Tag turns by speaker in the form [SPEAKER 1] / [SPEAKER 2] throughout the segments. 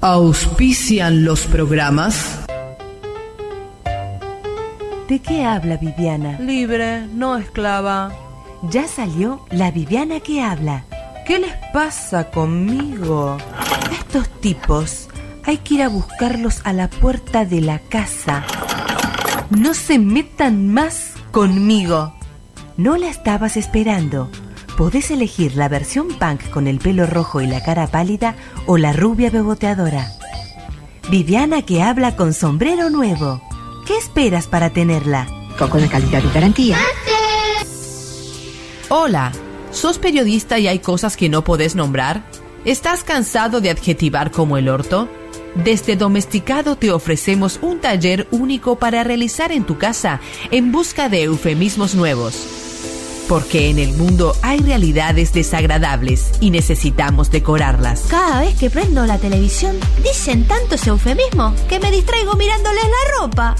[SPEAKER 1] auspician los programas.
[SPEAKER 2] ¿De qué habla Viviana?
[SPEAKER 3] Libre, no esclava.
[SPEAKER 2] Ya salió la Viviana que habla.
[SPEAKER 3] ¿Qué les pasa conmigo?
[SPEAKER 2] A estos tipos hay que ir a buscarlos a la puerta de la casa. No se metan más conmigo. No la estabas esperando. Podés elegir la versión punk con el pelo rojo y la cara pálida o la rubia beboteadora. Viviana que habla con sombrero nuevo. ¿Qué esperas para tenerla?
[SPEAKER 4] Con la calidad y garantía.
[SPEAKER 5] Hola, ¿sos periodista y hay cosas que no podés nombrar? ¿Estás cansado de adjetivar como el orto? Desde Domesticado te ofrecemos un taller único para realizar en tu casa en busca de eufemismos nuevos. Porque en el mundo hay realidades desagradables y necesitamos decorarlas.
[SPEAKER 6] Cada vez que prendo la televisión, dicen tantos eufemismos que me distraigo mirándoles la ropa.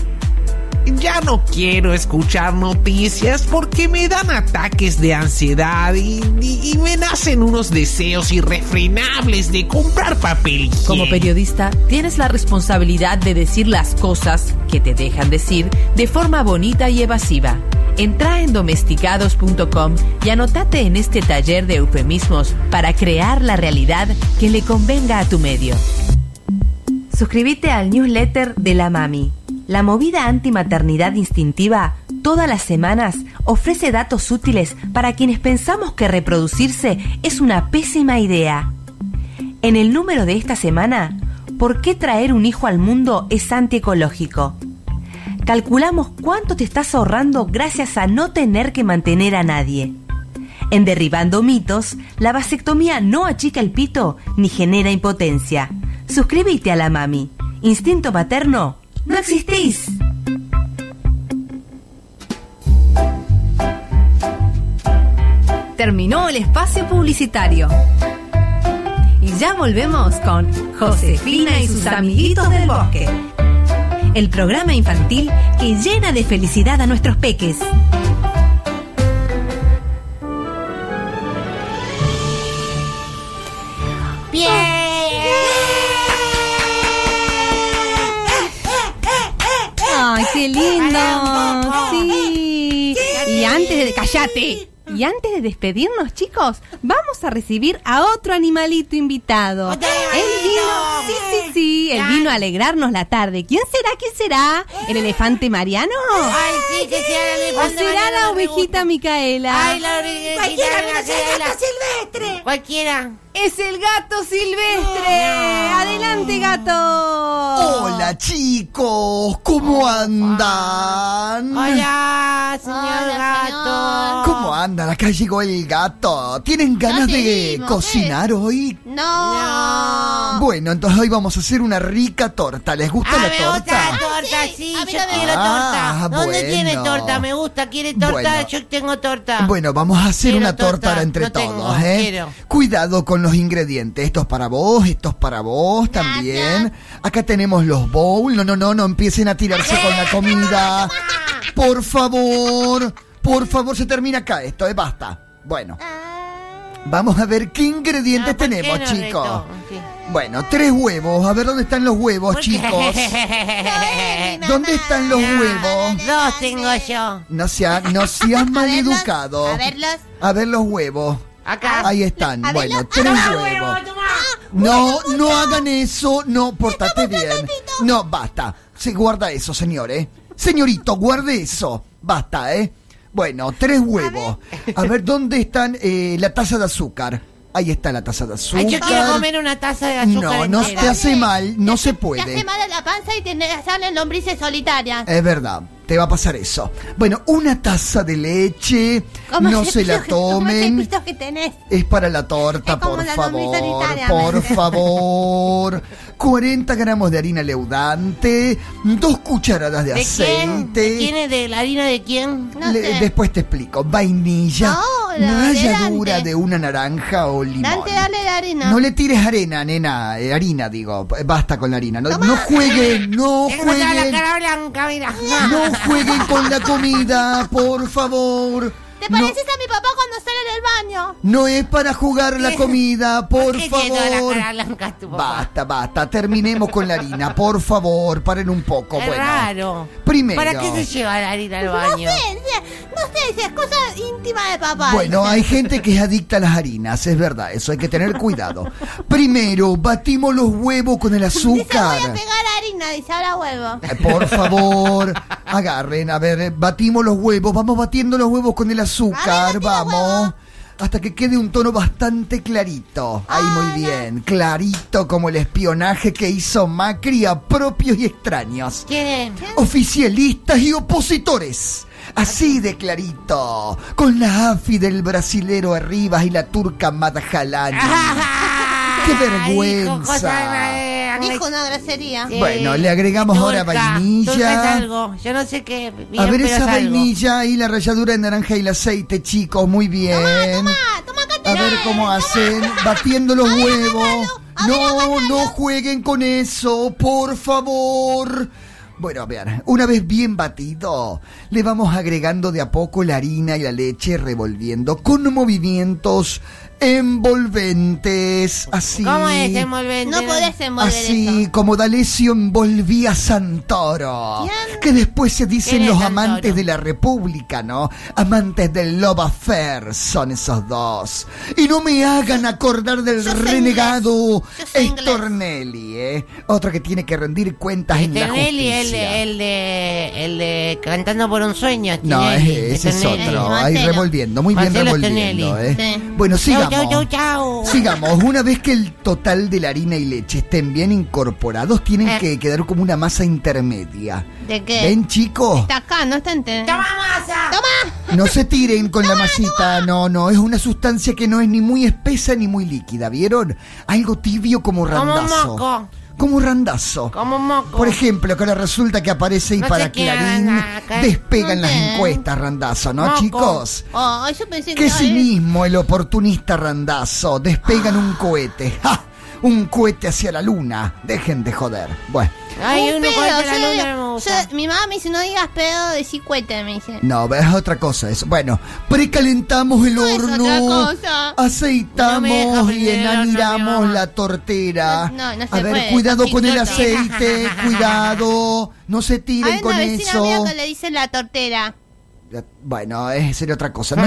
[SPEAKER 7] Ya no quiero escuchar noticias porque me dan ataques de ansiedad y, y, y me nacen unos deseos irrefrenables de comprar papel. Higiene.
[SPEAKER 5] Como periodista, tienes la responsabilidad de decir las cosas que te dejan decir de forma bonita y evasiva. Entra en domesticados.com y anótate en este taller de eufemismos para crear la realidad que le convenga a tu medio.
[SPEAKER 2] Suscríbete al newsletter de la Mami. La movida antimaternidad instintiva todas las semanas ofrece datos útiles para quienes pensamos que reproducirse es una pésima idea. En el número de esta semana, ¿por qué traer un hijo al mundo es antiecológico? Calculamos cuánto te estás ahorrando gracias a no tener que mantener a nadie. En Derribando mitos, la vasectomía no achica el pito ni genera impotencia. Suscríbete a la mami. Instinto materno no existís.
[SPEAKER 8] Terminó el espacio publicitario. Y ya volvemos con Josefina y sus amiguitos del bosque. El programa infantil que llena de felicidad a nuestros peques.
[SPEAKER 9] Bien.
[SPEAKER 8] ¡Ay, qué lindo! Sí. Y antes de. ¡Cállate! Y antes de despedirnos, chicos, vamos a recibir a otro animalito invitado. Él vino, sí, sí, sí, él vino a alegrarnos la tarde. ¿Quién será? ¿Quién será? ¿El elefante Mariano?
[SPEAKER 9] Ay, sí, que sea el
[SPEAKER 8] ¿O
[SPEAKER 9] elefante
[SPEAKER 8] será
[SPEAKER 9] Mariano,
[SPEAKER 8] la
[SPEAKER 9] me
[SPEAKER 8] ovejita Micaela?
[SPEAKER 9] gusta. Ay, la orejita
[SPEAKER 10] Cualquiera
[SPEAKER 9] Mariana,
[SPEAKER 10] menos el
[SPEAKER 9] que la-
[SPEAKER 10] gato silvestre.
[SPEAKER 9] Cualquiera.
[SPEAKER 8] ¡Es el gato silvestre! ¡Adelante, gato!
[SPEAKER 11] Hola chicos, ¿cómo andan?
[SPEAKER 9] Hola, señor
[SPEAKER 10] Hola,
[SPEAKER 9] gato.
[SPEAKER 11] ¿Cómo andan? Acá llegó el gato. ¿Tienen ganas
[SPEAKER 10] te
[SPEAKER 11] de
[SPEAKER 10] vimos,
[SPEAKER 11] cocinar hoy?
[SPEAKER 10] No.
[SPEAKER 11] Bueno, entonces hoy vamos a hacer una rica torta. ¿Les gusta
[SPEAKER 9] Ah,
[SPEAKER 11] la
[SPEAKER 9] me gusta la
[SPEAKER 11] torta?
[SPEAKER 9] torta,
[SPEAKER 10] Ah, sí,
[SPEAKER 9] sí,
[SPEAKER 10] a mí
[SPEAKER 9] yo
[SPEAKER 10] también.
[SPEAKER 9] quiero
[SPEAKER 11] Ah,
[SPEAKER 9] torta. ¿Dónde
[SPEAKER 11] bueno.
[SPEAKER 9] tiene torta? Me gusta, quiere torta,
[SPEAKER 11] Bueno.
[SPEAKER 9] yo tengo torta.
[SPEAKER 11] Bueno, vamos a hacer
[SPEAKER 9] Ah. Quiero
[SPEAKER 11] una torta,
[SPEAKER 9] torta,
[SPEAKER 11] entre
[SPEAKER 9] no tengo,
[SPEAKER 11] todos, ¿eh?
[SPEAKER 9] quiero.
[SPEAKER 11] Cuidado con los ingredientes. Esto es para vos, esto es para vos también. Acá tenemos los bowls. No, no, no, no empiecen a tirarse con
[SPEAKER 9] Eh,
[SPEAKER 11] la comida. Por favor, por favor, se termina acá esto, ¿eh? Basta. Bueno, vamos a ver qué
[SPEAKER 9] Ah,
[SPEAKER 11] ingredientes
[SPEAKER 9] ¿por qué
[SPEAKER 11] tenemos,
[SPEAKER 9] no
[SPEAKER 11] chicos.
[SPEAKER 9] retó? Sí.
[SPEAKER 11] Bueno, tres huevos. A ver dónde están los huevos,
[SPEAKER 9] ¿Por qué?
[SPEAKER 11] chicos. ¿Dónde están los huevos?
[SPEAKER 9] Dos tengo yo.
[SPEAKER 11] No sea, no seas maleducado.
[SPEAKER 10] A verlos.
[SPEAKER 11] A ver los huevos.
[SPEAKER 9] Acá.
[SPEAKER 11] Ahí están.
[SPEAKER 10] a ver,
[SPEAKER 11] Bueno,
[SPEAKER 10] no,
[SPEAKER 11] tres
[SPEAKER 10] ah,
[SPEAKER 11] huevos.
[SPEAKER 9] Tomá.
[SPEAKER 11] No, no hagan eso. No, portate bien. No, basta. Se guarda eso, señor, ¿eh? Señorito, guarde eso. Basta, ¿eh? Bueno, tres huevos. A ver, ¿dónde están eh, la taza de azúcar? Ahí está la taza de azúcar.
[SPEAKER 9] Ay, yo quiero comer una taza de azúcar
[SPEAKER 11] No, no
[SPEAKER 9] entera.
[SPEAKER 11] te hace mal, no se
[SPEAKER 10] Te hace
[SPEAKER 11] puede.
[SPEAKER 10] mal a la panza y te salen lombrices solitarias.
[SPEAKER 11] Es verdad, te va a pasar eso. Bueno, una taza de leche,
[SPEAKER 10] ¿Cómo
[SPEAKER 11] no
[SPEAKER 10] ese
[SPEAKER 11] se la
[SPEAKER 10] pito que- cómo ese
[SPEAKER 11] tomen.
[SPEAKER 10] pito que tenés?
[SPEAKER 11] Es para la torta,
[SPEAKER 10] Es como
[SPEAKER 11] por
[SPEAKER 10] la
[SPEAKER 11] favor,
[SPEAKER 10] lombriz solitaria,
[SPEAKER 11] por
[SPEAKER 10] Marcelo.
[SPEAKER 11] favor. 40 gramos de harina leudante, dos cucharadas de,
[SPEAKER 9] ¿De quién?
[SPEAKER 11] aceite.
[SPEAKER 9] ¿De quién es de la harina de quién?
[SPEAKER 10] No
[SPEAKER 11] Le-
[SPEAKER 10] sé.
[SPEAKER 11] Después te explico. Vainilla,
[SPEAKER 10] Ahora,
[SPEAKER 11] ralladura
[SPEAKER 10] adelante.
[SPEAKER 11] de una naranja o limón.
[SPEAKER 10] Dante, dale la harina.
[SPEAKER 11] No le tires arena, nena. eh, harina, digo. Basta con la harina. No,
[SPEAKER 10] Tomá.
[SPEAKER 11] no jueguen, no
[SPEAKER 9] Tengo toda la
[SPEAKER 11] jueguen.
[SPEAKER 9] cara blanca, mira.
[SPEAKER 11] No jueguen con la comida, por favor.
[SPEAKER 10] ¿Te pareces a mi papá cuando sale del baño?
[SPEAKER 11] No es para jugar la comida, por
[SPEAKER 9] qué llenó la
[SPEAKER 11] favor.
[SPEAKER 9] cara blanca tu papá?
[SPEAKER 11] Basta, basta. Terminemos con la harina, por favor. Paren un poco.
[SPEAKER 9] Es
[SPEAKER 11] bueno.
[SPEAKER 9] raro.
[SPEAKER 11] Primero.
[SPEAKER 9] ¿Para qué se lleva la harina al baño?
[SPEAKER 10] No sé, no sé, es cosa íntima de papá.
[SPEAKER 11] Bueno, hay gente que es adicta a las harinas, es verdad, eso hay que tener cuidado. Primero, batimos los huevos con el
[SPEAKER 10] Dice, voy a
[SPEAKER 11] azúcar.
[SPEAKER 10] pegar harina, dice, ahora huevo.
[SPEAKER 11] Eh, Por favor, agarren, a ver, eh, batimos los huevos, vamos batiendo los huevos con el azúcar, vamos. Hasta que quede un tono bastante clarito. Ahí muy bien, clarito como el espionaje que hizo Macri a propios y extraños.
[SPEAKER 9] ¿Quién?
[SPEAKER 11] Oficialistas y opositores. Así de clarito, con la AFI del brasilero Arribas y la turca Madjalani. ¡Qué vergüenza!
[SPEAKER 10] Dijo una grosería.
[SPEAKER 11] Bueno, le agregamos ahora vainilla.
[SPEAKER 9] algo. Yo no sé qué. bien,
[SPEAKER 11] A ver
[SPEAKER 9] pero
[SPEAKER 11] esa
[SPEAKER 9] es algo.
[SPEAKER 11] vainilla y la ralladura de naranja y el aceite, chicos, muy bien. A ver cómo hacen, batiendo los huevos. No, no jueguen con eso, por favor. Bueno, a ver, una vez bien batido, le vamos agregando de a poco la harina y la leche, revolviendo con movimientos envolventes. Así.
[SPEAKER 9] ¿Cómo es Ah, envolvente?
[SPEAKER 10] No podés envolver
[SPEAKER 11] Así
[SPEAKER 10] eso.
[SPEAKER 11] como D'Alessio envolvía a Santoro. Que después se dicen
[SPEAKER 9] ¿Quién es
[SPEAKER 11] los
[SPEAKER 9] Santoro?
[SPEAKER 11] amantes de la República, ¿no? Amantes del love affair son esos dos. Y no me hagan acordar del
[SPEAKER 10] Yo soy
[SPEAKER 11] renegado
[SPEAKER 10] inglés. Yo soy inglés.
[SPEAKER 11] Estornelli, ¿eh? Otro que tiene que rendir cuentas en la
[SPEAKER 9] Tonelli,
[SPEAKER 11] justicia.
[SPEAKER 9] el, de- el de. El de. Cantando por un sueño. este
[SPEAKER 11] No, es-
[SPEAKER 9] Tinelli,
[SPEAKER 11] ese es
[SPEAKER 9] Tonelli.
[SPEAKER 11] otro. Ahí
[SPEAKER 10] Marcelo.
[SPEAKER 11] revolviendo, muy bien
[SPEAKER 9] Marcelo
[SPEAKER 11] revolviendo,
[SPEAKER 9] Tonelli.
[SPEAKER 11] ¿eh?
[SPEAKER 10] Sí.
[SPEAKER 11] Bueno,
[SPEAKER 9] Chau,
[SPEAKER 11] sigamos.
[SPEAKER 9] chau, chau, chau.
[SPEAKER 11] Sigamos, una vez que el total de la harina y leche estén bien incorporados, tienen
[SPEAKER 9] Eh.
[SPEAKER 11] que quedar como una masa intermedia.
[SPEAKER 10] ¿De qué?
[SPEAKER 11] ¿Ven, chicos?
[SPEAKER 10] Está acá, no está entero.
[SPEAKER 9] ¡Toma masa!
[SPEAKER 10] ¡Toma!
[SPEAKER 11] No se tiren con la masita, no, no, es una sustancia que no es ni muy espesa ni muy líquida, ¿vieron? Algo tibio como
[SPEAKER 9] Como un
[SPEAKER 11] randazo.
[SPEAKER 9] moco.
[SPEAKER 11] Como randazo.
[SPEAKER 9] Como un moco.
[SPEAKER 11] Por ejemplo, que ahora resulta que aparece y
[SPEAKER 9] No
[SPEAKER 11] para
[SPEAKER 9] sé qué hagan
[SPEAKER 11] Clarín
[SPEAKER 9] acá.
[SPEAKER 11] despegan
[SPEAKER 10] No
[SPEAKER 11] las
[SPEAKER 10] sé.
[SPEAKER 11] encuestas, randazo, ¿no,
[SPEAKER 9] Moco.
[SPEAKER 11] chicos?
[SPEAKER 10] Oh, yo pensé que.
[SPEAKER 11] Qué
[SPEAKER 10] no, eh.
[SPEAKER 11] cinismo el oportunista randazo. Despegan un cohete. ¡Ja! Un cohete hacia la luna. Dejen de joder. Bueno,
[SPEAKER 9] Hay
[SPEAKER 10] Un
[SPEAKER 9] uno
[SPEAKER 10] pedo,
[SPEAKER 9] con la
[SPEAKER 10] yo-
[SPEAKER 9] luna hermosa.
[SPEAKER 10] yo- mi mamá me dice, no digas pedo, decí cuete, me dice.
[SPEAKER 11] no, es otra cosa eso. Bueno, precalentamos el
[SPEAKER 10] No es otra
[SPEAKER 11] horno.
[SPEAKER 10] cosa.
[SPEAKER 9] No
[SPEAKER 11] Aceitamos
[SPEAKER 9] me deja
[SPEAKER 11] y
[SPEAKER 9] prender el horno, mi
[SPEAKER 11] enaniramos
[SPEAKER 9] mamá.
[SPEAKER 11] la tortera.
[SPEAKER 10] No, no, no se
[SPEAKER 11] A ver,
[SPEAKER 10] puede,
[SPEAKER 11] cuidado
[SPEAKER 10] está
[SPEAKER 11] con el
[SPEAKER 10] chiquito.
[SPEAKER 11] aceite. cuidado. No se
[SPEAKER 10] Hay
[SPEAKER 11] tiren
[SPEAKER 10] una
[SPEAKER 11] con
[SPEAKER 10] vecina
[SPEAKER 11] eso.
[SPEAKER 10] mía que le dice la tortera.
[SPEAKER 11] Ya- Bueno, es sería otra cosa. No,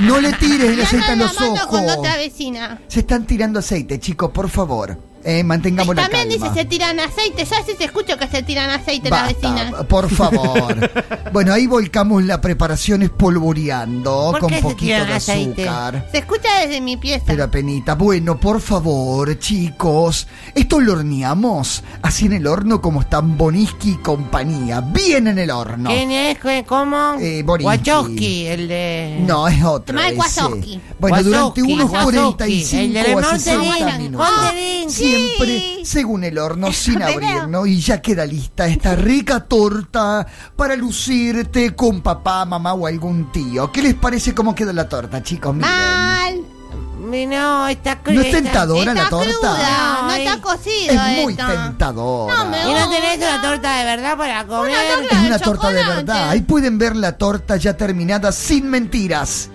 [SPEAKER 11] no le tires el
[SPEAKER 10] Le
[SPEAKER 11] aceite a
[SPEAKER 10] andan
[SPEAKER 11] los
[SPEAKER 10] mamando con
[SPEAKER 11] ojos.
[SPEAKER 10] otra vecina.
[SPEAKER 11] Se están tirando aceite, chicos, por favor. Eh, mantengamos la
[SPEAKER 10] También
[SPEAKER 11] calma.
[SPEAKER 10] dice se tiran aceite, ya se escucho que se tiran aceite
[SPEAKER 11] Basta,
[SPEAKER 10] las vecinas.
[SPEAKER 11] por favor. bueno, ahí volcamos la preparación espolvoreando
[SPEAKER 9] ¿Por
[SPEAKER 11] con
[SPEAKER 9] qué se
[SPEAKER 11] poquito
[SPEAKER 9] tiran
[SPEAKER 11] de
[SPEAKER 9] aceite?
[SPEAKER 11] azúcar.
[SPEAKER 10] Se escucha desde mi pieza.
[SPEAKER 11] Pero penita, bueno, por favor, chicos, esto lo horneamos así en el horno como están Boniski y compañía, bien en el horno.
[SPEAKER 9] ¿Quién es? ¿Qué- ¿Cómo?
[SPEAKER 11] Eh, Borinsky.
[SPEAKER 9] Wachowski, el de.
[SPEAKER 11] No, es otro.
[SPEAKER 10] Tomás
[SPEAKER 11] ese.
[SPEAKER 10] Eh, Wazowski.
[SPEAKER 11] Bueno,
[SPEAKER 9] Wazowski,
[SPEAKER 11] durante unos
[SPEAKER 9] Wazowski, el
[SPEAKER 11] 45
[SPEAKER 9] de Ah,
[SPEAKER 11] a 60
[SPEAKER 9] Monterrey,
[SPEAKER 11] minutos.
[SPEAKER 9] Monterrey,
[SPEAKER 11] Siempre según el horno, sin abrir, ¿no? Y ya queda lista esta rica torta para lucirte con papá, mamá o algún tío. ¿Qué les parece cómo queda la torta, chicos? Miren.
[SPEAKER 10] Mal.
[SPEAKER 9] No, está
[SPEAKER 11] ¿No es
[SPEAKER 9] está-
[SPEAKER 11] tentadora la
[SPEAKER 10] está
[SPEAKER 11] torta?
[SPEAKER 10] cruda, no
[SPEAKER 9] Ay.
[SPEAKER 10] está cocido
[SPEAKER 11] Es muy
[SPEAKER 10] esto.
[SPEAKER 11] tentadora.
[SPEAKER 10] No, me
[SPEAKER 9] ¿Y no tenés una torta de verdad para comer?
[SPEAKER 11] Es
[SPEAKER 10] de
[SPEAKER 11] una torta de
[SPEAKER 10] chocolate.
[SPEAKER 11] verdad. Ahí pueden ver la torta ya terminada sin mentiras,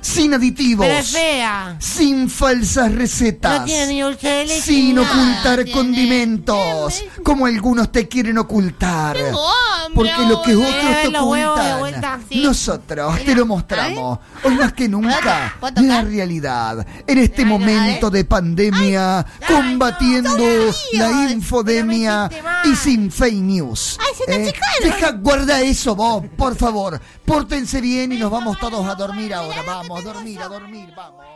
[SPEAKER 11] sin aditivos,
[SPEAKER 9] Pero es fea.
[SPEAKER 11] sin falsas recetas.
[SPEAKER 9] No tiene ni dulce de leche.
[SPEAKER 11] sin
[SPEAKER 9] ni nada.
[SPEAKER 11] ocultar
[SPEAKER 10] tiene.
[SPEAKER 11] condimentos, como algunos te quieren ocultar.
[SPEAKER 10] Tengo hambre
[SPEAKER 11] Porque lo que
[SPEAKER 10] ahora.
[SPEAKER 11] otros te
[SPEAKER 9] Eh, los huevos de
[SPEAKER 11] ocultan,
[SPEAKER 9] vuelta.
[SPEAKER 10] Sí. ¿Eh?
[SPEAKER 11] nosotros te lo mostramos. Hoy más que nunca,
[SPEAKER 10] ¿Puedo tocar? ¿eh?
[SPEAKER 11] la realidad. En este momento de pandemia, combatiendo la infodemia
[SPEAKER 9] hiciste mal.
[SPEAKER 11] y sin fake news. Eh,
[SPEAKER 10] Ay, se está achicando.
[SPEAKER 11] Deja, guarda eso vos, por favor. Pórtense bien y nos vamos todos a dormir ahora. Vamos, a dormir, a dormir, vamos.